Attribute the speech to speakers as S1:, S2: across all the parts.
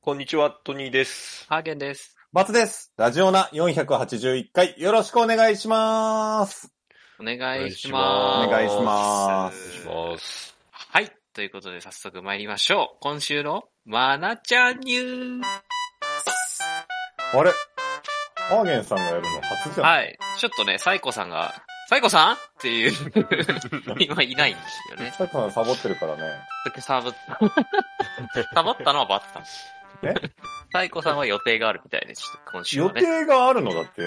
S1: こんにちは、トニーです。
S2: ハーゲンです。
S3: バツです。ラジオナ481回、よろしくお願いします。
S2: お願いします。
S3: お願いし
S1: お願
S3: ます
S1: いします。
S2: はい。ということで早速参りましょう。今週のマナちゃんニュー
S3: あれアーゲンさんがやるの初じゃん。
S2: はい。ちょっとね、サイコさんが、サイコさんっていう、 今いないんですよね。
S3: サイコさんサボってるからね。
S2: サボ、サボったのはバッタン。
S3: え
S2: サイコさんは予定があるみたいです。ちょっと今週
S3: 予
S2: はね。
S3: 定があるのだって、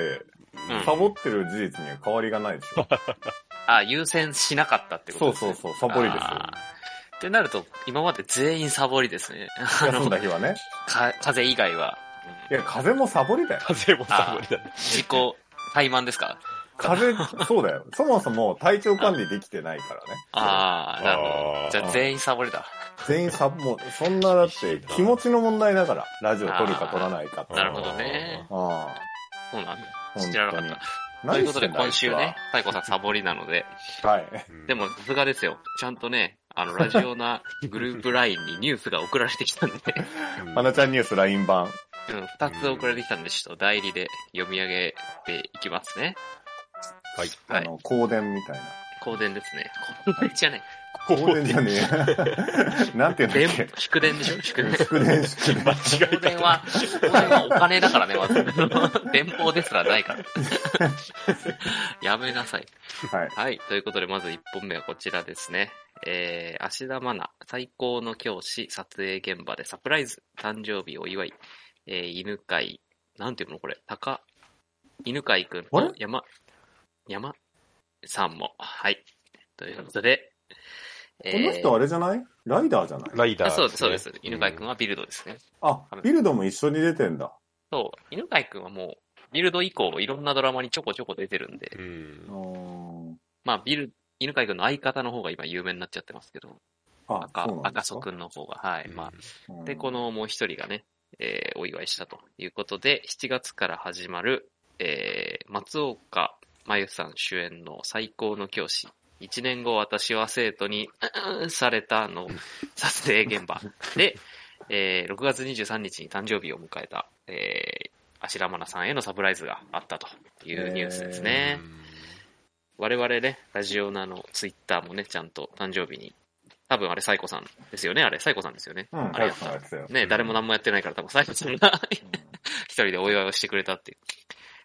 S2: うん
S3: サボってる事実には変わりがないでし ょ。
S2: あ、優先しなかったってこと
S3: そう
S2: です、
S3: そ
S2: ね。
S3: うそう、サボりです
S2: あーってなると、今まで全員サボりですね。
S3: よ。
S2: あ
S3: 休
S2: の
S3: ん、だ日はね。
S2: か風邪以外は。
S3: いや、風もサボり だよ。
S1: 風もサボりだね。
S2: 自己、怠慢ですか
S3: 風、そうだよ。そもそも体調管理できてないからね。
S2: ああ、なるほ
S1: あー
S2: ど。じゃあ全員サボりだ。
S3: 全員サボ、もうそんなだって気持ちの問題だから、ラジオ撮るか撮らないかって。
S2: なるほどね。
S3: あ
S2: そうなんだ。
S3: あ、
S2: 知らなかった。
S3: た
S2: ということで今週ね、サイコさんサボりなので、
S3: はい。
S2: でもさすがですよ。ちゃんとね、あの、ラジオなグループ LINE にニュースが送られてきたんで、
S1: うん、
S3: まなちゃんニュース LINE 版。
S2: うん、二つ送られてきたんで、ちょっと代理で読み上げていきますね。
S1: はい。
S2: は
S3: あ
S2: い。
S3: の、香典みたいな。
S2: 公電ですね。公電じゃね
S1: こ
S3: 香典じゃねえ。 なんて
S2: え。電
S3: 言うんだっ、
S2: 祝電でしょ祝電
S3: け。。祝電祝電。
S1: 間違
S2: 公
S1: えた。
S2: 電は、公電はお金だからね、まず。 電報ですらないから。 やめなさい。
S3: はい。
S2: はい。ということで、まず1本目はこちらですね。えー、芦田愛菜、最高の教師、撮影現場でサプライズ、誕生日お祝い、えー、犬飼、なんていうのこれ、高、犬飼くん
S3: あれ
S2: と山、山さんも。はい。ということで、え
S3: この人あれじゃないライダーじゃない
S1: ライダ
S2: あ
S1: ー、
S2: そうです、そうです。犬飼
S1: ん
S2: くんはビルドですね。
S3: あ、ビルドも一緒に出てんだ。
S2: そう、犬飼くんはもう、ビルド以降、いろんなドラマにちょこちょこ出てるんで、
S1: うん
S3: うーん
S2: まあ、ビル、犬飼くんの相方の方が今有名になっちゃってますけど、
S3: あ、
S2: 赤
S3: そう、なんで
S2: 赤
S3: す
S2: 楚
S3: か
S2: くんの方が、はい。まあ、
S3: うん
S2: で、こ、のもう一人がね、えーお祝いしたということで、7月から始まる、えー松岡真由さん主演の最高の教師、1年後私は生徒に、うんうんされたの 撮影現場で、えー6月23日に誕生日を迎えた、えー、芦田愛菜さんへのサプライズがあったというニュースですね。我々ね、ラジオナのツイッターもね、ちゃんと誕生日に、多分あれ、サイコさんですよね、あれ、サイコさんですよね。
S3: うん、
S2: あれ
S3: 大
S2: やっ
S3: 工さ
S2: た
S3: んが。やってた よ。
S2: ね、誰も何もやってないから多分サイコさんが 一人でお祝いをしてくれたっていう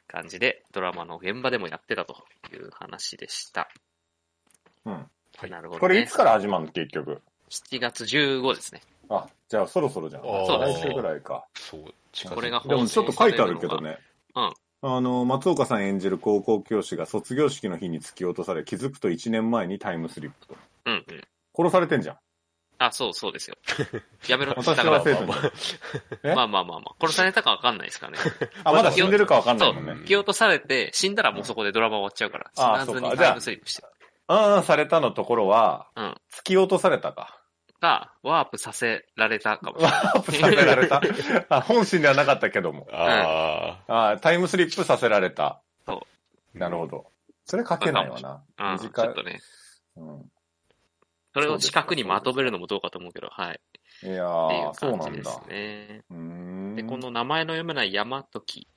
S2: 感じで、ドラマの現場でもやってたという話でした。
S3: うん
S1: はい
S2: なるほど、
S3: うん
S2: ね。
S3: これいつから始まるの結局。
S2: 7月15ですね。
S3: あ、じゃあそろそろじゃん。
S1: あー
S2: そうで
S3: 来
S2: す
S3: 週ぐらいか。
S1: そう、
S2: これが
S3: でもちょっと書いてあるけどね。
S2: うん
S3: あの、松岡さん演じる高校教師が卒業式の日に突き落とされ、気づくと1年前にタイムスリップと。
S2: うんうん。
S3: 殺されてんじゃん。
S2: あ、そうそうですよ。やめろ
S3: 私
S2: だから
S3: は 生徒に。え
S2: まあまあまあまあ。殺されたかわかんないです からね。
S3: あ、まだ死んでるかわかんないもん
S1: そ
S3: ね
S1: う。
S2: 引き落とされて、死んだらもうそこでドラマ終わっちゃうから。死
S3: あ
S2: なず
S3: ーそう
S2: に
S3: かじゃあ
S2: タイムスリップして
S3: ああ、されたのところは、
S2: うん
S3: 突き落とされたか。
S2: が、ワープさせられたかもしれ
S3: ワ
S2: ない。
S3: ープさせら れた。あ、本心ではなかったけども。
S1: あ
S3: あータイムスリップさせられた。
S2: そ
S3: なるほど。それ書けないわな。
S2: うん、ち
S3: 短
S2: ょ
S3: い
S2: っとね。
S3: うん。
S2: それを四角にまとめるのもどうかと思うけど、はい。っ
S3: いや
S2: てい
S3: ー、
S2: う
S3: そう
S2: 感
S3: な
S2: じ
S3: ん
S2: で
S3: だ
S2: す。ね。
S3: うーん。
S2: で、この名前の読めない山時。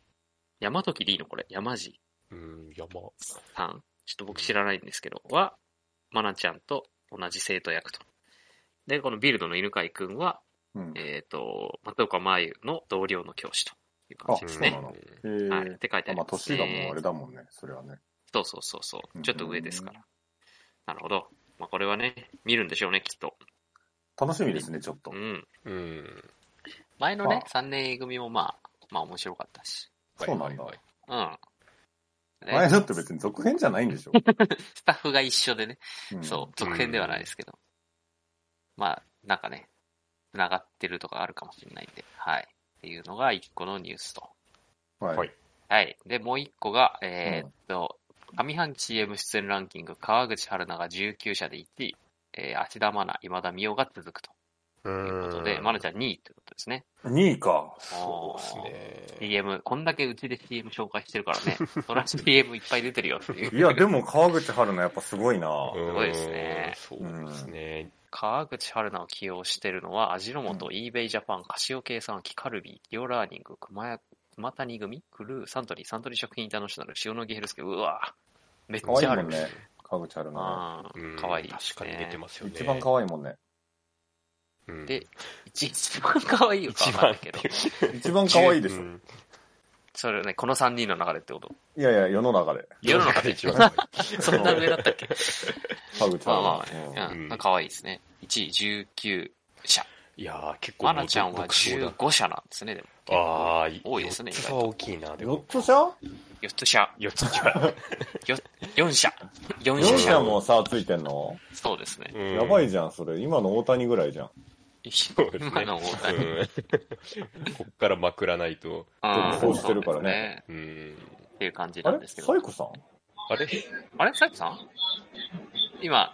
S2: 山時でいいのこれ。山路
S1: ー。うん、山。
S2: さん。ちょっと僕知らないんですけど、は、まなちゃんと同じ生徒役と。で、このビルドの犬飼くんは、
S3: うん、
S2: えっ、と、松岡真優の同僚の教師という感じです
S3: あそうな
S2: ね。
S3: のえ
S2: はい。っ
S3: ー
S2: て書いて
S3: あ
S2: あり
S3: まあ、
S2: ます、ね。
S3: 年がもうあれだもんね。それはね。
S2: そうそうそうそう。ちょっと上ですから。
S3: う
S2: なるほど。まあ、これはね、見るんでしょうね、きっと。
S3: 楽しみですね、ちょっと
S2: う。ん。
S1: うん。
S2: 前のね
S3: ま、
S2: 3
S3: あ
S2: 年組もまあ、まあ面白かったし。
S3: そうなんだ
S1: はいはいはい
S2: うん。ね
S3: 前のって別に続編じゃない んでしょ。
S2: スタッフが一緒でね、
S3: うん
S2: そう、続編ではないですけど。まあ、なんかね、繋がってるとかあるかもしれないんで、はい。っていうのが一個のニュースと。
S3: はい。
S1: はい
S2: はい。で、もう一個が、えー
S3: う
S2: っと、上半期 CM 出演ランキング、川口春奈が19社で1位、えー、芦田愛菜、今田美桜が続くと
S1: う
S2: い
S1: ん。
S2: うことで、愛菜ちゃん2位ということですね。
S3: 2位か。
S1: そうですね。
S2: CM、こんだけうちで CM 紹介してるからね、そら CM いっぱい出てるよっていう。
S3: いや、でも川口春奈やっぱすごいな。
S1: うん
S2: すごいですね。
S1: そうですね。
S2: 川口春奈を起用してるのは、味の素、eBay ジャパン、カシオ計算機、カルビー、リオラーニング、熊谷熊谷組、クルー、サントリー、サントリー食品インターナショナル、塩野義ヘルスケ、うわぁめっ
S3: 可愛
S2: ち
S3: い
S2: ゃあ
S3: も
S2: る。
S3: んね。川口あるな。
S2: あ
S1: う
S2: ー
S1: ん
S2: かわいい、ね。
S1: 確かに出てますよね。
S3: 一番可愛いも んね。
S1: うん
S2: で、一一番可愛いよ、
S1: 一
S2: わかん
S1: 番
S2: ない
S1: っ
S2: け
S1: て
S2: ど
S1: い。う。
S3: 一番可愛いでしょ。
S1: うん
S2: それね、この3人の流れってこと。
S3: いやいや、世の中で。
S2: 世の中で
S1: 一番可
S2: そんな上だったっけ
S3: 川口
S2: まあ
S3: あ
S2: ま
S3: る
S2: あ
S3: な。
S2: まあ、
S1: うん
S2: うん、可愛いですね。1位19社。
S1: 愛い。いやー、結構
S2: ア
S1: も
S2: ナ
S1: う
S2: ちゃんは
S1: 独走だ
S2: 15社なんですね、でも。
S1: ああ、い
S2: 多いですね
S1: 四つは大きいな、で
S3: ヨッ
S1: も。
S3: ト社
S2: 4つ社、
S1: 4つは。
S2: 4社。4社。
S3: ?4 社もさ、ついてんの
S2: そうですね。
S1: うん
S3: やばいじゃん、それ。今の大谷ぐらいじゃん。
S1: そうですね
S2: 今の大谷。
S1: うんこっからまくらないと。
S2: あー
S3: そうしてるからね。
S2: そうです
S1: うん。
S2: っていう感じ
S3: あ
S2: なん
S3: れ
S2: ですけ
S3: サ
S2: ど。
S3: イコさん
S1: あれ
S2: あれサイコさん今、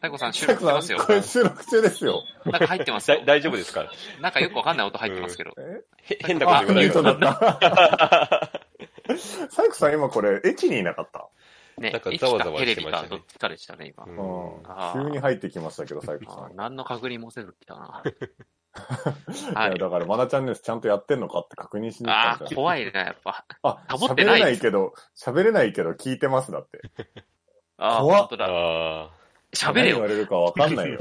S2: サイコさん収
S3: サイ
S2: 録して
S3: コ
S2: ま
S3: さ
S2: す
S3: ん、
S2: よ
S3: こ。れ収録中ですよ。
S2: なんか入ってますよ
S1: だ。大丈夫ですか
S2: なんかよくわかんない音入ってますけど。
S3: え
S1: へ変なこ
S3: あ、
S1: と
S3: ミ
S1: 言
S3: ュ
S1: うこ
S3: ー
S1: と
S3: トに
S1: な
S3: ないっ。た。 サイコさん今これ、駅にいなかった
S2: ね、
S1: なんか
S2: 駅
S1: ざわざわ
S2: テレ
S1: して
S2: ビ
S1: ました
S2: か
S1: ね
S2: どっちかでしたね、今。
S1: うん
S3: う
S2: あ
S3: ん。
S2: ー
S3: 急に入ってきましたけど、サイコさ
S2: あ
S3: ん
S2: ー。何の確認もせず来 たな。
S3: い
S2: は
S3: や、
S2: い。
S3: だから、マナちゃんです。ちゃんとやってんのかって確認しに行った
S2: あ
S3: ん
S2: あ、
S3: じゃん。
S2: 怖いね、やっぱ。
S3: あ、
S2: サボっ
S3: 喋
S2: て
S3: れ
S2: ない
S3: ないけど、喋れないけど聞いてますだって。
S2: ああ、
S3: 怖っ
S2: 本当だ。
S1: あ
S2: 喋れ
S3: 何言わ
S2: よ。
S3: れるかわか んないよ。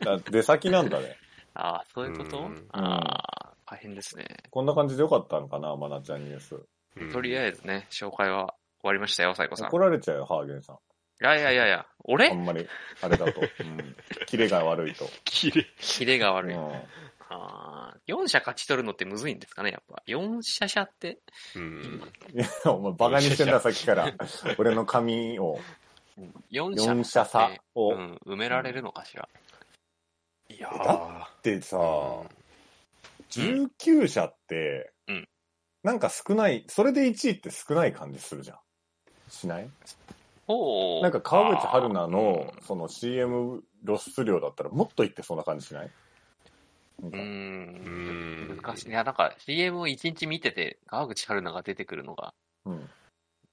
S3: だ出先なんだね。
S2: ああ、そういうこと
S1: うん
S2: ああ、大変ですね。
S3: こんな感じでよかったのかな、マナちゃんニュース。
S1: ーうん
S2: とりあえずね、紹介は終わりましたよ、サイコさん。い
S3: 怒られちゃうよ、ハーゲンさん。
S2: やいやいやいや、
S3: あ
S2: 俺
S3: んまり、あれだと。うん。キレが悪いと。
S1: 綺麗。
S2: キレが
S3: う
S2: 悪い。
S3: ん。
S2: あ あ、4社勝ち取るのってむずいんですかね、やっぱ。4社社って。
S1: うん。
S3: お前、バカにしてんだ、さっきから。俺の髪 を、
S2: 4社
S3: 4社差
S2: う
S3: を。っ
S2: ん、埋められるのかしら。
S1: いや
S3: だてさ、
S2: うん
S3: 19社って
S2: うん、
S3: なんか少ない、それで1位って少ない感じするじゃん。しない
S2: ほう。
S3: なんか川口春
S2: あ
S3: 奈のその CM 露出量だったらもっといってそんな感じしないな
S2: ー
S3: んか
S2: う。
S1: うんん。
S2: 難しい。いや、なんか CM を1日見てて、川口春奈が出てくるのが、
S3: うん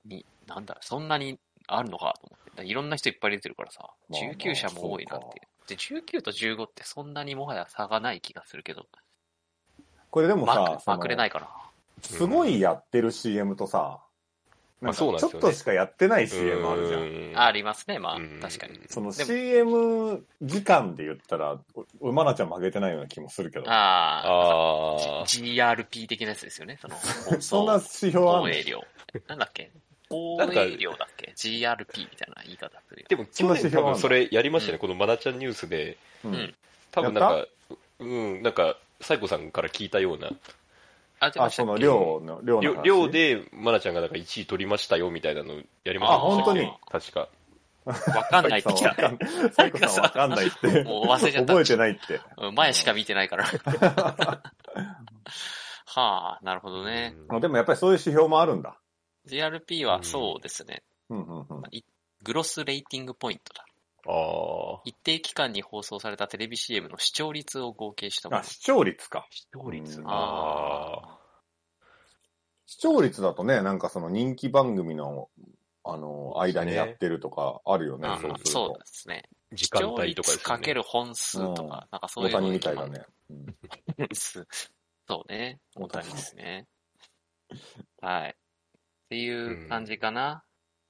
S2: に、なんだ、そんなにあるのかと思って。だからいろんな人いっぱい出てるからさ、
S3: まあまあ
S2: 19社も多いなって。で、19と15ってそんなにもはや差がない気がするけど、
S3: これでも
S2: ま
S3: さ
S2: く、
S3: そ
S2: ま
S3: の
S2: くれないかな。
S3: すごいやってる CM とさ、
S1: まあそうなん
S3: ち
S1: で
S3: ょっ
S1: すよね
S3: としかやってない CM あるじゃん。
S1: ん
S2: ありますね、まあ
S1: うん、
S2: 確かに。
S3: その
S2: でも
S3: CM 時間で言ったら、おまなちゃん負けてないような気もするけど。
S2: ああ、
S1: ああ。
S2: G- GRP 的なやつですよね、その、放
S3: そんな
S2: 送
S3: 指標あん
S2: 放
S3: の
S2: 映量。なんだっけ放
S1: なんか
S2: 映量だっけ ?GRP みたいな言い方するよ。
S1: でも去年多分それやりました
S2: う
S1: ね、このマナちゃんニュースで。
S3: うん
S1: 多分なんか、うん、なんか、サイコさんから聞いたような。
S2: あ、出ま
S3: あ、
S2: した
S3: そ
S2: っけ
S3: の量の、量の
S1: 量
S3: 話。
S1: 量で、マナちゃんがなんか1位取りましたよ、みたいなのやりました
S3: あ本当に
S1: 確か。
S2: わかんないってき た。
S3: サイコさんわかんないって。
S2: もう忘れちゃった
S3: 覚えてないって。
S2: うん前しか見てない から。はあ、なるほどね。
S1: うん
S3: あでもやっぱりそういう指標もあるんだ。
S2: GRP はそうですね。
S3: うんうんうん。
S2: グロスレーティングポイントだ。
S1: あ
S2: 一定期間に放送されたテレビ CM の視聴率を合計したもの
S3: あ、。視聴率か。
S1: 視聴
S3: 率
S1: ああ
S3: 視聴率だとね、なんかその人気番組の、あの、間にやってるとかあるよね
S2: あ、
S3: そう
S2: ー
S3: する
S2: そうで
S3: と。
S2: すね。
S1: ー。時
S2: 視
S1: 間
S2: 聴
S1: 帯とかです
S2: 率
S1: ね。
S2: かける本数とか、なんかそう
S3: 大
S2: いうの
S3: 谷
S2: に
S3: み
S2: 決
S3: た
S2: ま
S3: い
S2: る
S3: だね。うん
S2: ですそうね。大谷ですね。はい。っていう感じかな。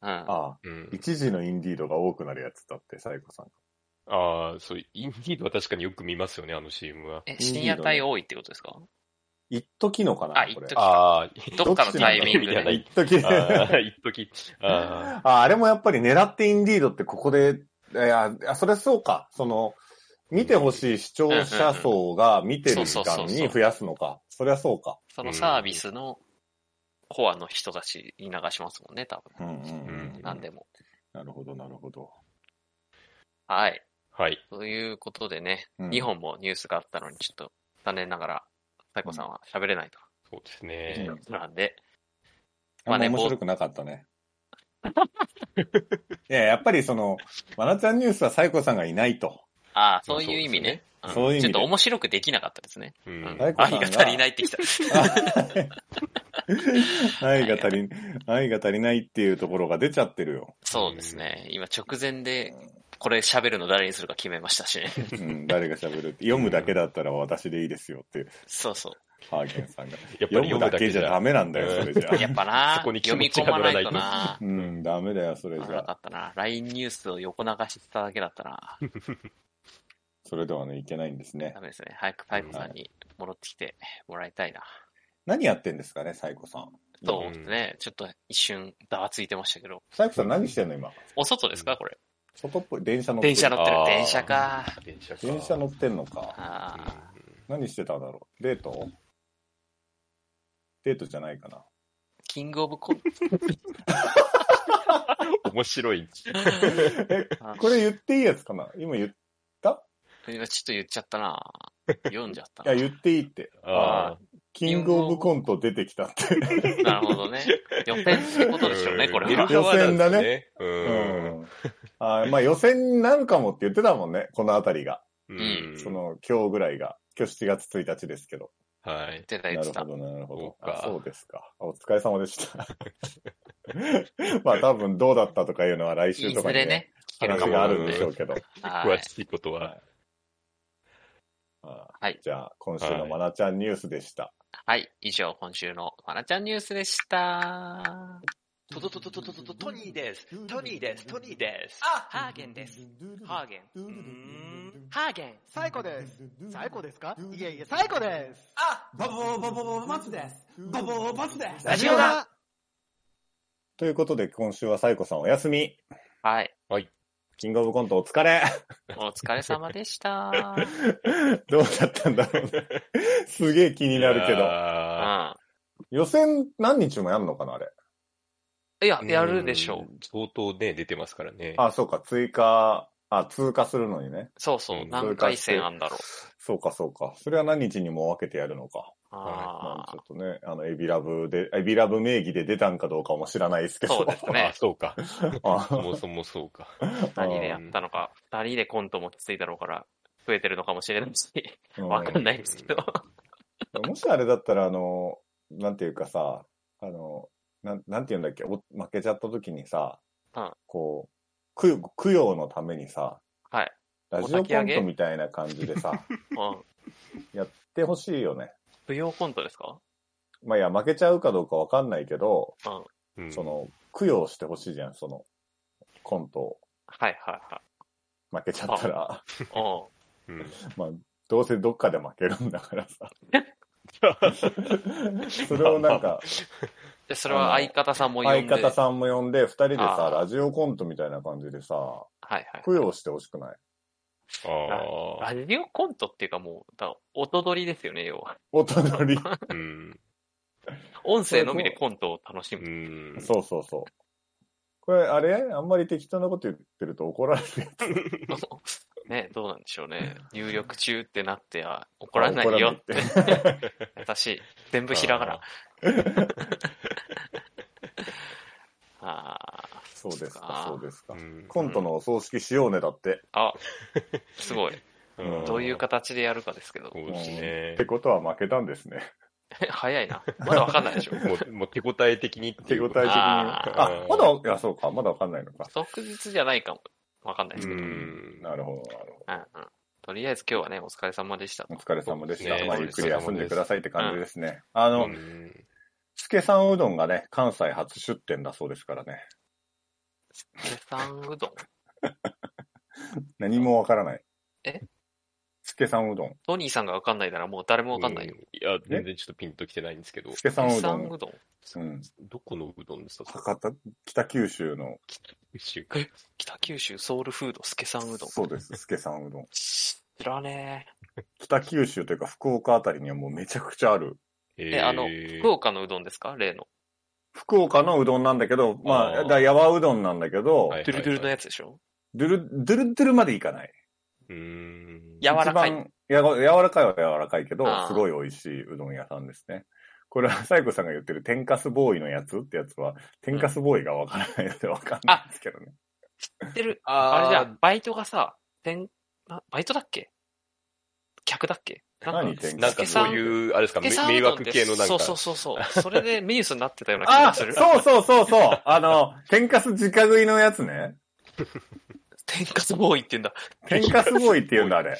S2: うん。
S3: ああ、
S1: うん。
S3: 一時のインディードが多くなるやつだって、サイコさん。
S1: ああ、そう、インディードは確かによく見ますよね、あの CM は。
S2: え、深夜帯多いってことですか
S3: 一時のかな
S2: あ
S3: これ
S2: 一。時
S1: ああ、
S2: どっかのタイミング
S1: どっちなんだ
S2: で、
S1: ろうああ、
S2: ね。
S3: 一時。
S1: 一時。あ
S3: あ、あれもやっぱり狙ってインディードってここで、いや、あそれそうか。その、見てほしい視聴者層が見てる時間に増やすのか。そりゃそうか。
S2: そのサービスのコアの人たちに流しますもんね、多
S3: うんうん
S1: うん
S2: 分。何でも。
S3: なるほど、なるほど。
S2: はい。
S1: あ、はい。
S2: ということでね、
S3: うん
S2: 2本もニュースがあったのに、ちょっと残念ながら、サイコさんは喋れない
S1: そうです
S2: と
S1: ね
S2: いう。ことなんで、ま
S3: あ
S2: あ
S3: んま
S2: ね
S3: 面白くなかったね。 いや、やっぱりその、まなちゃんニュースはサイコさんがいないと。
S2: ああ、そういう意味ね。
S1: まあ
S3: そうですねそういう意味
S2: ん
S3: で
S2: ちょっと面白くできなかったですね。
S1: う
S2: うん
S1: ん。
S3: サイコさ
S2: 愛
S3: ん
S2: が
S3: が
S2: 足りないってきた。
S3: 愛が足り、愛が足りないっていうところが出ちゃってるよ。
S2: そうですね。今直前で、これ喋るの誰にするか決めました しね。
S3: うん、誰が喋るって。読むだけだったら私でいいですよって、
S2: そうそ
S3: ハーゲンさんが。
S1: やっぱり
S3: 読むだけじゃダ
S1: メ。
S3: メなんだよ、それじゃ
S2: う。。やっぱな、
S1: そこに気
S2: 読
S1: 持
S2: み
S1: ち
S2: 込
S1: が
S2: ま
S1: ぶ
S2: な
S1: らないい
S2: と
S1: と
S2: な。
S3: うん、ダメだよ、それ
S2: 危
S3: じ
S2: なか
S3: ゃ。
S2: ったな。LINE ニュースを横流ししてただけだったな。
S3: それではね、いけないんですね
S2: ダ。メですね。早くパイプさんに戻ってきてもらいたいな。
S3: 何やってんですかね、サイコさん。
S2: と思ってね、ちょっと一瞬、ざわついてましたけど。
S3: サイコさん何してんの、今。
S2: お外です
S1: う
S2: か
S1: ん
S2: これ。
S3: 外っぽい。電車乗ってる
S2: 電車乗ってる
S1: あ。ー
S2: 電車か。
S1: 電車か
S3: 電車乗ってんのか。
S2: あー
S3: 何してたんだろう。デートデートじゃないかな。
S2: キングオブコント。
S1: うん面白い。
S3: え、これ言っていいやつかな今言っ、い
S2: 今ちょっと言っちゃったな。読んじゃった
S3: や、
S2: な。
S3: 言っていいって。
S1: あ
S3: キングオブコント出てきたって。
S2: なるほどね。予選ってことでしょうね、こ
S1: あ。
S2: れ
S1: 見る
S2: は。
S1: 側なんです
S3: 予選だ
S1: ね。う。
S3: うんん。 あーまあ予選になるかもって言ってたもんね、このあたりが。
S1: うん
S3: その今日ぐらいが。今日7月1日ですけど。
S1: はい。
S2: 出た
S3: な
S2: 言っ
S3: る
S2: てた。
S3: ほど、なるほど。
S1: そうか
S3: あそうですか。あお疲れ様でした。 まあ多分どうだったとかいうのは来週
S2: い
S3: と
S2: ず
S3: かに、
S2: れね、聞ける
S3: 話
S2: かも
S3: があ
S2: な
S3: る
S2: ん
S3: んで
S2: で
S3: しょうけど。
S2: は
S1: 詳
S2: い。
S1: しいことは。
S3: あー
S2: はい
S3: じゃあ、今週のまなちゃんニュースでした。
S2: はい。以上、今週のまなちゃんニュースでした。
S4: トトトトトトトトニーです。トニーです。トニーです。
S5: あ、ハーゲンです。。ハーゲン。うーんハーゲン。
S6: 最高です。最高ですかいえいえ、最高です。
S5: あ、バボーバボーバツです。バボーバツです。
S6: ラジオだ
S3: ということで、今週はサイコさんお休み。
S2: はい。
S3: キングオブコントお疲れ
S2: お疲れ様でした。
S3: どうだったんだろうね すげえ気になるけ
S2: う
S3: ど。
S1: ど。
S2: ん。
S3: 予選何日もやんのかなあれ。
S2: いや、やるでしょう。
S1: ん。相当ね、出てますからね。
S3: あ、そうか、追加、あ、通過するのにね。
S2: そうそう。何回戦あんだろう。
S3: そうか、そうか。それは何日にも分けてやるのか。まあ、
S2: あ
S3: ち
S2: あ
S3: ょっとね、あの、エビラブで、エビラブ名義で出たんかどうかも知らないですけど。
S2: そうです
S1: あ
S2: ね。
S1: そうか。そ
S3: あ
S1: もそもそうか。
S2: 何でやったのか。二人でコントもきついだろうから、増えてるのかもしれないし、
S3: うん
S2: わかんないですけど。
S3: もしあれだったら、あの、なんていうかさ、あの、なんなんていうんだっけ、お負けちゃった時にさ、
S2: うん
S3: こう、く供養のためにさ、
S2: はい
S3: ラジオ
S2: お焚き
S3: コ
S2: 上
S3: ン
S2: げ
S3: トみたいな感じでさ、
S2: うん。
S3: やってほしいよね。
S2: 舞踊コントですか
S3: まあいや、負けちゃうかどうかわかんないけど、
S1: うん
S3: その、供養してほしいじゃん、その、コントを。
S2: はいは
S3: 負けちゃったら、
S2: いはい。
S1: うん
S3: まあ、どうせどっかで負けるんだから さ。それをなんか、
S2: うん。で、それは相方さんも呼
S3: 相
S2: んで。
S3: 方さんも呼んで、二人でさ、
S2: あー
S3: ラジオコントみたいな感じでさ、
S2: はいはい。
S3: 供養してほしくない
S1: ああ。
S2: ラジオコントっていうかもう、だ音取りですよね、要は。
S3: お隣。
S1: うん。
S2: 音声のみでコントを楽し
S1: う
S2: む。
S1: ん。
S3: そうそうそう。これ、あれあんまり適当なこと言ってると怒られる。
S2: ね、どうなんでしょうね。入力中ってなっては、怒らないよ。
S3: 怒らな いって。
S2: 私、全部ひらがな。ああ、
S3: そうですか、そうですか
S1: う。ん。
S3: コントのお葬式しようね、だって。
S2: あ、すごい。
S1: うん
S2: どういう形でやるかですけど
S1: そ。うです
S3: っ
S1: ね
S3: て。ことは負けたんですね。
S2: 早いな。まだわかんないでしょ。
S1: もうもう手応え的にって
S3: 手
S1: い
S3: 応え
S1: う
S3: 的に。あ
S1: あ、ー
S3: まだ、いや、そうか、まだわかんないのか。
S2: 即日じゃないかも。わかんないです
S1: う
S2: けど。うん
S1: ん。
S3: なるほど、なるほ
S2: うんとりあえず今日はね、お疲れ様でした
S3: ど。お。疲れ様でし
S1: そう
S3: た。
S1: ですね
S3: まあ、ゆっくり休んでくださいって感じですね。あ
S1: う
S3: の、
S1: ん
S3: スケさんうどんがね、関西初出店だそうですからね。
S2: スケさんうどん
S3: 何もわからない。
S2: え
S3: スケさんうどん。
S2: トニーさんがわかんないならもう誰もわかんないよ。
S1: うんいや、全然ちょっとピンときてないんですけど
S3: ス、ケさん
S2: スケ
S3: う
S2: さ
S3: ど
S2: ん
S3: ん
S2: う。どん
S3: うん。
S1: どこのうどんですか
S3: 博多、北九州の、
S1: 九
S2: え北九州ソウルフード、スケさんうどん。
S3: そうです、スケさんうどん。
S2: 知らね
S3: 北九州というか福岡あたりにはもうめちゃくちゃある。
S2: え。え、あの、福岡のうどんですか例の。
S3: 福岡のうどんなんだけど、まあ、
S1: あー
S3: だやわうどんなんだけど、
S1: はい
S2: ドゥルドゥルのやつでしょ
S3: ドゥル、ドゥルドゥルまでいかない。
S1: うん。
S2: 柔らかい
S3: 一。番やわ柔らかいは柔らかいけど
S2: あ、ー
S3: すごい美味しいうどん屋さんですね。これは、サ イコさんが言ってる天かすボーイのやつってやつは、天かすボーイがわからないのでわかんないですけどね。
S2: 知ってる
S1: あ
S2: あれじゃん、バイトがさ、てん、あバイトだっけ客だっけなん
S3: 何
S2: か、
S3: 天
S1: な
S3: か
S1: ん
S3: すボ
S1: かそ
S2: 助
S3: ーイ
S1: ういう、あれですか、
S2: スケ
S1: め
S2: さん
S1: 迷
S2: うどんっ
S1: 惑
S2: て
S1: 系のなん
S2: そう
S1: か、
S2: そうそうそう。それでニュースになってたような気
S3: あ
S2: がす
S3: そう
S2: る。
S3: そうそうそう。あの、天かす直食いのやつね。
S2: 天かすボーイって言うんだ。
S3: 天かすボーイって言うんだ、 あれ。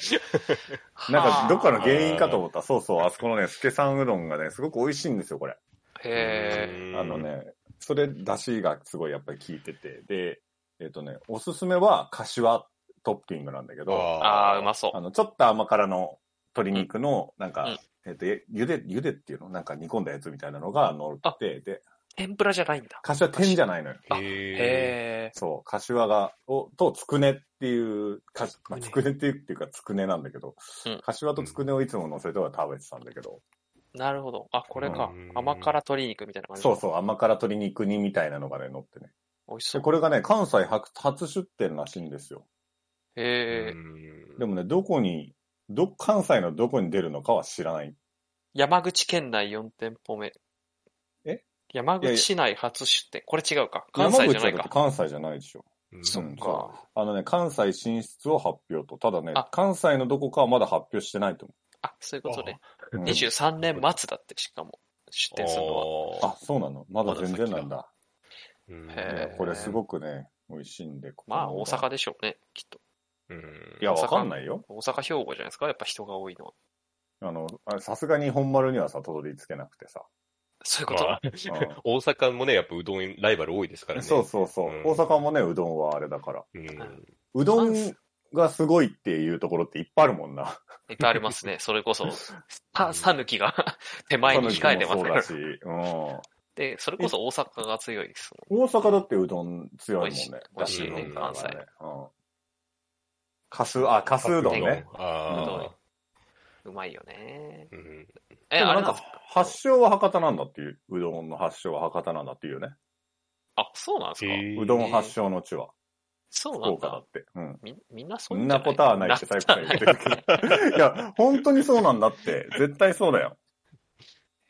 S3: なんか、どっかの原因かと思った。そうそう、あそこのね、スケさんうどんがね、すごく美味しいんですよ、これ。
S2: へえ。
S1: うん
S3: あの。ね、それ、出汁がすごいやっぱり効いてて。で、えっ、とね、おすすめは、柏トッピングなんだけど、
S2: ああ、う
S1: あ
S2: まそう。
S3: あの、ちょっと甘辛の鶏肉の、なんか、
S2: うん
S3: えっ、と、えゆで、ゆでっていうのなんか煮込んだやつみたいなのが乗って、で、
S2: 天ぷらじゃないんだ。
S3: 柏天じゃないのよ。
S1: あ。へえ。
S2: へえ。
S3: そう、柏が、を、と、つくねっていう、かまあ、
S2: つ
S3: つ
S2: く
S3: くねっていうっていうか、つくねなんだけど、
S2: うん
S3: 柏とつくねをいつも乗せては食べてたんだけど、
S2: なるほど。あ、これか
S1: うん。
S2: 甘辛鶏肉みたいな感じ。
S3: そうそう、甘辛鶏肉煮みたいなのがね、乗ってね。
S2: 美味しそ
S3: で、
S2: う。
S3: これがね、関西初初出店らしいんですよ。
S2: へえ。
S3: でもね、どこに、ど、関西のどこに出るのかは知らない。
S2: 山口県内4店舗目。
S3: え
S2: 山口市内初出店。これ違うか。関
S3: 山
S2: 西
S3: 口
S2: じゃない
S3: はだっ
S2: か。
S3: て関西じゃないでしょ。
S1: うん
S2: そっか。
S3: あのね、関西進出を発表と。ただね
S2: あ、
S3: 関西のどこかはまだ発表してないと思
S2: あ、そういうことね。
S3: う。うん
S2: 23年末だって、しかも。出店するのは。
S1: あ
S3: あ、そうなのまだ全然なんだ。
S1: ーうん
S3: い
S2: へ
S3: や
S2: ー
S3: これすごくね、美味しいんで。ここの
S2: まあ、大阪でしょうね、きっと。
S1: うん
S3: いや、わかんないよ。
S2: 大阪、兵庫じゃないですか。やっぱ人が多いのは。
S3: あの、あさすがに本丸にはさ、とどりつけな くてさ。
S2: そういうこ
S1: ま
S2: と。
S1: あ大阪もね、やっぱうどんライバル多いですか
S3: う
S1: ら
S3: ん
S1: ね。
S3: そうそうそう、
S1: うん
S3: 大阪もね、うどんはあれだから。
S1: うん。
S3: うどんがすごいっていうところっていっぱいあるもんな。
S2: いっぱいあります ね。それこそ、さ、さぬきが 手前に控えてますか
S3: そうだ
S2: ら。
S3: し。うん。
S2: で、それこそ大阪が強いですもん。
S3: 大阪だってうどん強い
S2: 美
S3: もんね。
S2: 味しい
S1: 美味しいね
S3: だしうどん
S2: 関
S3: がねうん。かす、あ、かすうどんね。。
S2: うどん
S1: ああ。
S2: うまいよね。
S1: うん
S2: え、
S3: でも
S2: あ
S3: な
S2: れ
S3: ん
S2: なん
S3: か
S2: ですか、
S3: 発祥は博多なんだっていう、うどんの発祥は博多なんだっていうね。
S2: あ、そうなんですか
S1: へー
S3: うどん発祥の地は、
S2: そう
S3: 福
S2: なん
S3: 岡だ
S2: だ
S3: っ。て。うん。
S2: み、みんなそ
S3: そ
S2: うん
S3: なことはないって最後から言ってるけど。いや、本当にそうなんだって。絶対そうだよ。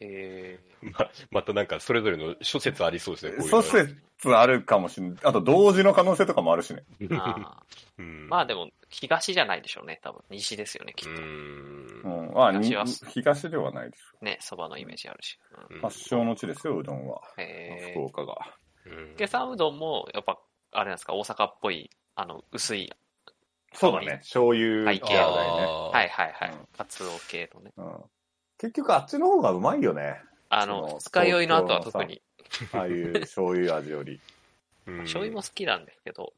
S2: え
S1: ままたなんか、それぞれの諸説ありそうですね、こういうの
S3: 諸説あるかもしれない。あと同時の可能性とかもあるしね。
S2: ー、 あ
S1: う
S2: ー
S1: ん
S2: まあでも、東じゃないでしょうね。多分、西ですよね、きっ
S1: う。
S2: と。
S3: うんん。あ、に
S2: 東は
S3: 東ではないでし
S2: ね、そばのイメージあるし。うん
S1: うん
S3: ょ。発祥の地ですよ、うどんは。
S2: え
S3: 福
S2: ー、
S3: 岡が。
S1: うん
S2: けさんうどんも、やっぱ、あれなんですか、大阪っぽい、あの、薄い、
S3: そうだね。醤油
S2: 背景
S3: 系だよね。
S1: あー
S2: はいはいはい、
S3: うん
S2: カツオ系のね。
S3: うん。結局あっちの方がうまいよね。
S2: あ
S3: そ
S2: の、
S3: の
S2: 二日酔いの後は特に、
S3: ああいう醤油味より。
S1: うん
S2: 醤油も好きなんですけど、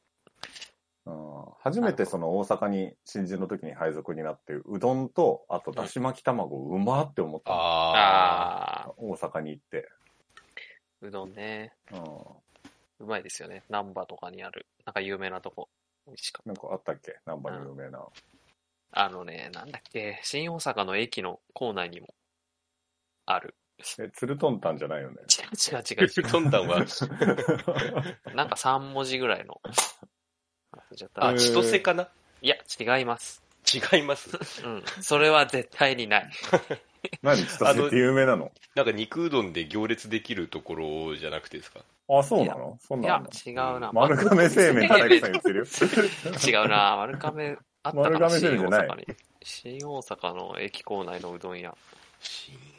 S3: うん、初めてその大阪に新人の時に配属になって、うどんと、あとだし巻き卵うまって思ったの。
S1: あ
S2: ああ
S3: 大阪に行って。
S2: ー、うどんね、
S3: うん。
S2: うまいですよね。難波とかにある、なんか有名なとこ。美味しかっ
S3: なんかあったっけ南波に有名な。
S2: た。あのね、なんだっけ、新大阪の駅の構内にも、ある。
S3: え、つるとんたんじゃないよ ね。
S2: 違う違う
S1: あ。
S2: 違
S1: う どんだんは、
S2: う。なんか3文字ぐらいの。忘れちゃった
S1: あ、千歳かない
S2: や、違います。
S1: 違います。
S2: うん。それは絶対にない。
S3: 何ちょっとって有名なの
S1: なんか肉うどんで行列できるところじゃなくてですか
S3: あ、そうなのそん
S2: い
S3: な
S2: や
S3: んだ。、
S2: 違うな。
S3: 丸亀製麺って大工さん言ってるよ。
S2: 違うな。丸亀、あったかな
S3: 丸亀製麺じゃな
S2: 新大
S3: い
S2: 阪に。新大阪の駅構内のうどん屋。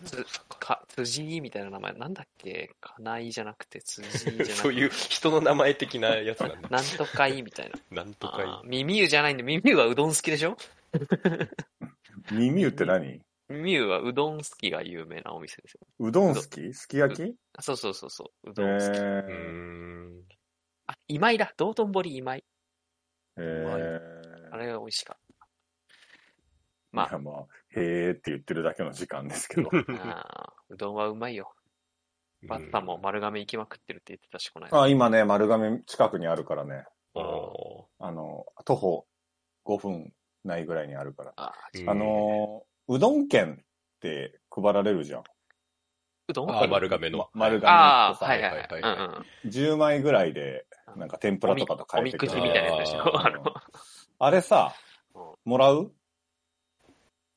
S2: つか辻井みたいな名前。なんだっけ金井じゃなくて辻井じゃなくて。
S1: そういう人の名前的なやつなんだ。
S2: なんとかいみたいな。
S1: なんとかいい
S2: あー耳湯じゃないんで、耳湯はうどん好きでしょ
S3: 耳湯って何
S2: 耳湯はうどん好きが有名なお店ですよ。
S3: うどん好きすき焼き
S2: あそうそうそうそう。う
S3: え
S2: どん好き。
S1: うー
S3: ー。
S1: ん。
S2: あ、今井だ。道頓堀今井。
S3: え
S2: あ
S3: ー。
S2: れが美味しかった。ま
S3: ま
S2: あ
S3: あ、まあ、へーって言ってるだけの時間です けど。
S2: あーうどんはうまいよ。バッタも丸亀行きまくってるって言ってたし、この間。
S3: あ、今ね、丸亀近くにあるからね。
S1: うん。お
S3: あの、徒歩5分ないぐらいにあるから。
S2: あー
S1: ー
S3: あ、のー、うどん券って配られるじゃん。
S2: うどん
S1: あー丸亀の
S3: ま。丸亀
S2: あ
S3: と
S2: あ、
S3: さ
S2: はいはいはい。
S1: はい
S2: うんう
S1: は
S2: ん。
S3: 10枚ぐらいで、なんか天ぷらとかと
S2: お
S3: 変え
S2: み
S3: て
S2: く
S3: く
S2: じ
S3: れ
S2: み
S3: る
S2: たいなやつでしょ。
S1: あ
S2: あの、
S3: あれさ
S2: うん、
S3: もらう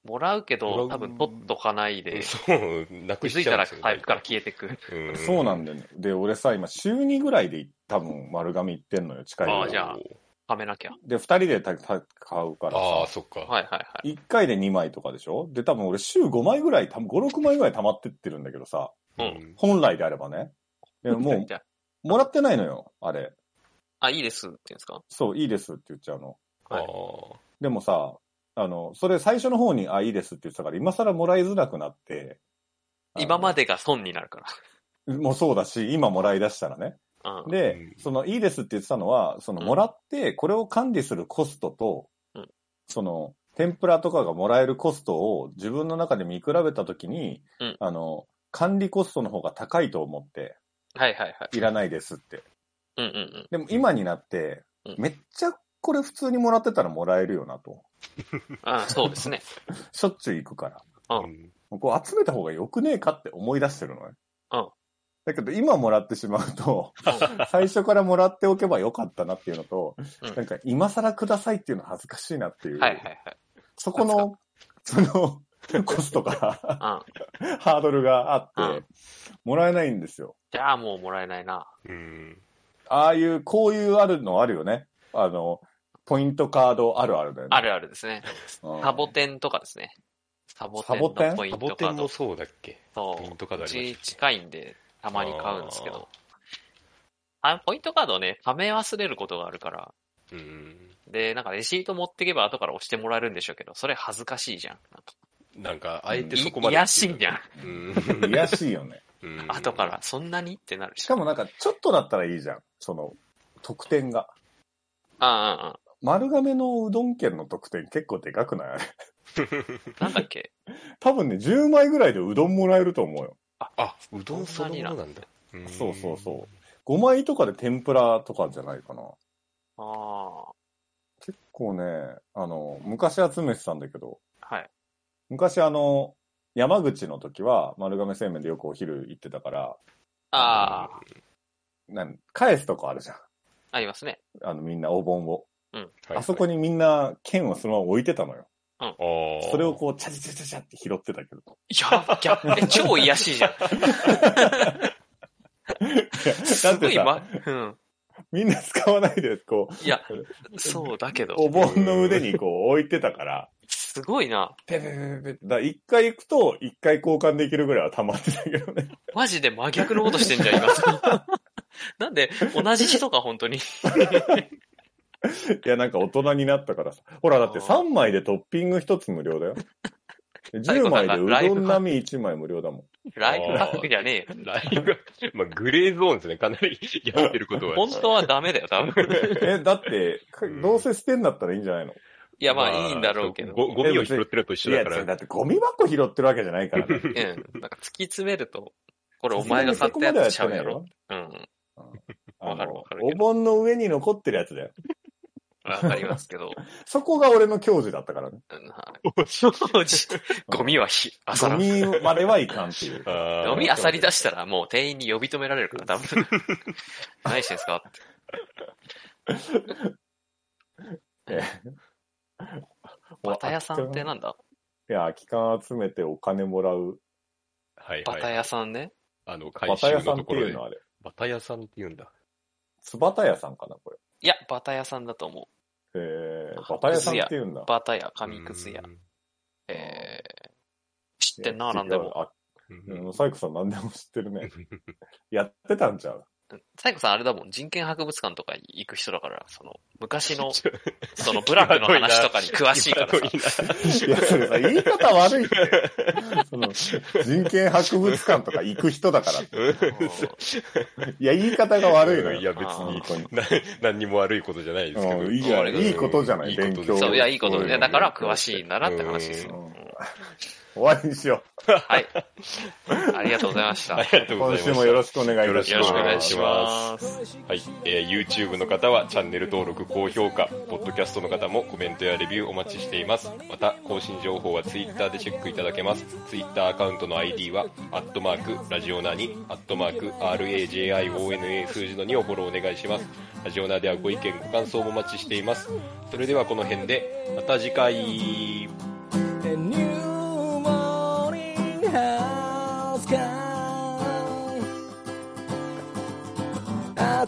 S2: もらうけど、
S1: もら
S2: 多
S1: う
S2: 分取っとかないで、
S1: そう、なく
S2: 気づ
S1: し
S2: い
S1: ちゃ
S2: た
S1: うんで
S2: ら
S1: すよね
S2: パイプから消えてく。
S1: うん
S3: そうなんだよね。で、俺さ、今週2ぐらいで多分丸亀行ってんのよ、近い
S2: あ
S3: よ
S2: ーじゃあはめなきゃ。
S3: で、2人でたた買うから
S1: ああ、
S3: さ。
S1: そっか。
S2: はいはいはい。
S3: 1回で2枚とかでしょで、多分俺週5枚ぐらい、た5、6枚ぐらい溜まってってるんだけどさ、
S1: う
S2: うん
S1: ん。
S3: 本来であればね。でももう
S2: じゃあ
S3: もらってないのよ、あれ。
S2: あ、いいですって言うんですか
S3: そう、いいですって言っちゃうの。
S2: はい
S1: あ
S3: でもさ、あの、それ最初の方に、あ、いいですって言ってたから、今更もらいづらくなって。あの
S2: 今までが損になるか
S3: もそうだし、今もらい出したらね。
S2: ら。うん。
S3: で、その、いいですって言ってたのは、その、
S2: うん
S3: もらって、これを管理するコストと、
S2: うん
S3: その、天ぷらとかがもらえるコストを自分の中で見比べたときに、
S2: うん
S3: あの、管理コストの方が高いと思って、
S2: はいはいはい。
S3: いらないですって。
S2: うんうんうん。
S3: でも今になって
S2: うん、
S3: めっちゃこれ普通にもらってたらもらえるよなと。
S2: あそうですね。
S3: しょっちゅう行くから。
S1: あ
S2: う
S3: こう集めた方が良くねえかって思い出してるのね。
S2: うん
S3: だけど今もらってしまう と、最初からもらっておけばよかったなっていうのと、
S2: うん
S3: なんか今更くださいっていうのは恥ずかしいなっていう。
S2: はいはいはい。
S3: そこの、その、 コストから、
S2: うん。
S3: ハードルがあっ
S2: う
S3: て、もらえないんですよ。
S2: じゃあもうもらえないな。
S1: うん。
S3: ああいう、こういうあるのあるよね。あの、ポイントカードあるあるだよね。
S2: あるあるですね。
S3: うん
S2: サボテンとかですね。サボテン
S3: サボテン
S2: のポイ
S1: サ
S2: ン
S1: ボ
S2: ト
S1: テ
S2: カ
S1: ン
S2: ー
S1: も
S2: ド。
S1: そうだっけ
S2: そ
S1: ポイン
S2: う。
S1: トカード
S2: う
S1: ありまし
S2: ち
S1: たね
S2: 近いんで、たまに買うんですけど。あポイントカードね、貯め忘れることがあるから。
S1: うん。
S2: で、なんかレシート持ってけば後から押してもらえるんでしょうけど、それ恥ずかしいじゃん。なんか
S1: なんか、あえて
S2: い
S1: そこまで。
S2: いやしいじゃん。
S1: うん。
S3: いやしいよね。
S1: うん
S2: 後か。ら、そんなにってなる
S3: し
S2: し。
S3: かもなんか、ちょっとだったらいいじゃん。その、得点が。
S2: あ
S3: 丸亀のうどん県の得点結構でかくない あれ
S2: あ、ああ、なんだっけ。
S3: 多分ね、10枚ぐらいでうどんもらえると思うよ。
S1: あ、うどんそのものなんだ。
S3: そうそうそう。5枚とかで天ぷらとかじゃないかな。
S2: ああ、
S3: 結構ね、あの、昔集めてたんだけど、
S2: はい。
S3: 昔あの、山口の時は丸亀製麺でよくお昼行ってたから、
S2: ああ、
S3: なん返すとこあるじゃん。
S2: ありますね。
S3: あのみんなお盆を。
S1: うん。
S3: あそこ
S1: に。
S3: にみんな剣をそのまま置いてたのよ。
S1: あー
S3: それをこう、チャチャチャチャチャって拾ってたけど。
S2: やば、ギャップ、え超癒やしいじゃん。すごい、
S3: だ
S2: ま
S3: ってさ、
S2: うん。
S3: みんな使わないで、こ う、
S2: いや、そうだけど、
S3: お盆の腕にこう置いてたから、
S2: すごいな。
S3: ペペペペペだから一回行くと、一回交換できるぐらいは溜まってたけど ね。
S2: マジで真逆のことしてんじゃん、今。 なんで、同じ人か、本当に。
S3: いや、なんか大人になったからさ。ほら、だって
S2: あー
S3: 3枚でトッピング1つ無料だよ。
S2: 最
S3: 10
S2: 後な
S3: 枚
S2: んか
S3: でう
S2: ライ
S3: ど
S2: フ
S3: ん
S2: ハッ
S3: 並み1枚無料だもん。
S2: ライフハックじゃねえよ。
S1: ライブ、まあ、グレーゾーンですね。かなりやってることは。
S2: 本当はダメだよ、多 分。
S3: え、だって、か
S1: うん
S3: どうせ捨てんだったらいいんじゃないの
S2: いや、まあ、いいんだろうけど。
S1: ごゴミを拾ってるのと一緒
S3: い
S1: だ
S3: や、
S1: か
S3: 違う
S1: ら。
S3: だってゴミ箱拾ってるわけじゃないからね。
S2: うん。なんか突き詰めると、こ れお前が買ったやつちゃうやろ。うん。
S3: あ
S2: わかる
S3: の
S2: わか、る
S3: お
S2: けど
S3: 盆の上に残ってるやつだよ。
S2: わかりますけど。
S3: そこが俺の教授だったからね。
S2: うんはい正直 ゴミはひ、あさ
S3: ゴ
S2: らん。
S3: ミまではいかんっていう。
S1: あー
S2: ゴミあさり出したらもう店員に呼び止められるから、多 分。何してんすかって。 バタ屋さんってなんだ
S3: いや、空き缶集めてお金もらう。
S1: はい
S2: バタ
S1: はい。
S2: 屋さんね。
S1: あの、回
S3: バタ
S1: 収
S3: 屋さ
S1: の
S3: ん
S1: と
S3: って
S1: ころ
S3: いう
S1: で
S3: の。はあれ。
S1: バタ屋さんって言うんだ。
S3: つばた屋さんかな、これ。
S2: いや、バタ屋さんだと思
S3: えー、バタ屋さんっていうんだ
S2: う。。バタ屋、紙くず屋
S1: う。ん
S2: えー、知ってんな、なんでも。
S3: あ、
S1: う
S3: で
S1: ん
S3: もサイコさん何でも知ってるね。やってたんちゃう
S2: サイコさんあれだもん、人権博物館とか行く人だから、その、昔 の、そのブラックの話とかに詳しいからさ。
S3: いや、それさ、言い方悪いって。 その、人権博物館とか行く人だからって。いや、言い方が悪いの
S1: い
S3: よ。
S1: や、別に
S3: 本当に。
S1: な、何にも悪いことじゃないですけ
S3: う
S1: ど。
S3: んいいじゃん
S1: うん
S3: いいことじゃない
S1: いこと
S3: 勉
S1: で
S3: 強
S1: す
S2: そう、いや、いいこと。
S3: そう
S2: い
S3: よ
S2: や、だから詳しいんだなって話です
S3: う
S2: よ。
S3: ん終わりにしよ
S2: はい。ありがとうございました。
S1: ありがと
S3: う。
S1: うござ
S3: 今
S1: いま
S3: 週
S1: す。
S3: もよろしくお願いいたし
S2: よ
S3: ま
S2: ろ
S3: す。
S2: しくお願いします。
S1: はい、えー YouTube の方はチャンネル登録、高評価、ポッドキャストの方もコメントやレビューお待ちしています。また、更新情報は Twitter でチェックいただけます。Twitter アカウントの ID は、アットマーク、ラジオナに、アットマーク、RAJIONA 数字の2をフォローお願いします。ラジオナではご意見、ご感想もお待ちしています。それではこの辺で、また次回。
S7: A new morning has come